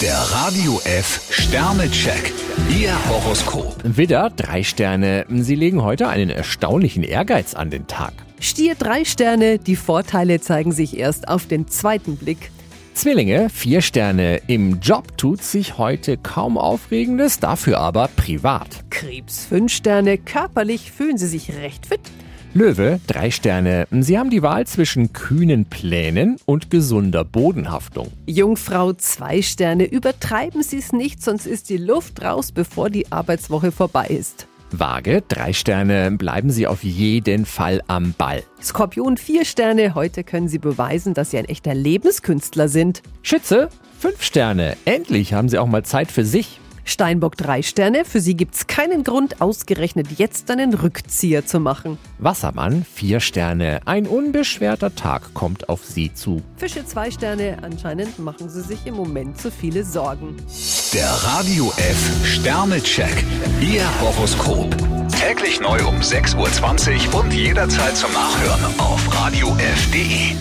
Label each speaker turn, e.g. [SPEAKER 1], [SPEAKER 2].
[SPEAKER 1] Der Radio F Sternecheck. Ihr Horoskop.
[SPEAKER 2] Widder, drei Sterne. Sie legen heute einen erstaunlichen Ehrgeiz an den Tag.
[SPEAKER 3] Stier drei Sterne, die Vorteile zeigen sich erst auf den zweiten Blick.
[SPEAKER 2] Zwillinge, vier Sterne. Im Job tut sich heute kaum Aufregendes, dafür aber privat.
[SPEAKER 3] Krebs fünf Sterne, körperlich fühlen Sie sich recht fit.
[SPEAKER 2] Löwe, drei Sterne. Sie haben die Wahl zwischen kühnen Plänen und gesunder Bodenhaftung.
[SPEAKER 3] Jungfrau zwei Sterne, übertreiben Sie es nicht, sonst ist die Luft raus, bevor die Arbeitswoche vorbei ist.
[SPEAKER 2] Waage, drei Sterne. Bleiben Sie auf jeden Fall am Ball.
[SPEAKER 3] Skorpion vier Sterne, heute können Sie beweisen, dass Sie ein echter Lebenskünstler sind.
[SPEAKER 2] Schütze, fünf Sterne. Endlich haben Sie auch mal Zeit für sich.
[SPEAKER 3] Steinbock drei Sterne, für Sie gibt's keinen Grund, ausgerechnet jetzt einen Rückzieher zu machen.
[SPEAKER 2] Wassermann, vier Sterne. Ein unbeschwerter Tag kommt auf Sie zu.
[SPEAKER 3] Fische zwei Sterne, anscheinend machen Sie sich im Moment zu viele Sorgen.
[SPEAKER 1] Der Radio F Sternecheck. Ihr Horoskop. Täglich neu um 6.20 Uhr und jederzeit zum Nachhören auf Radio radiof.de.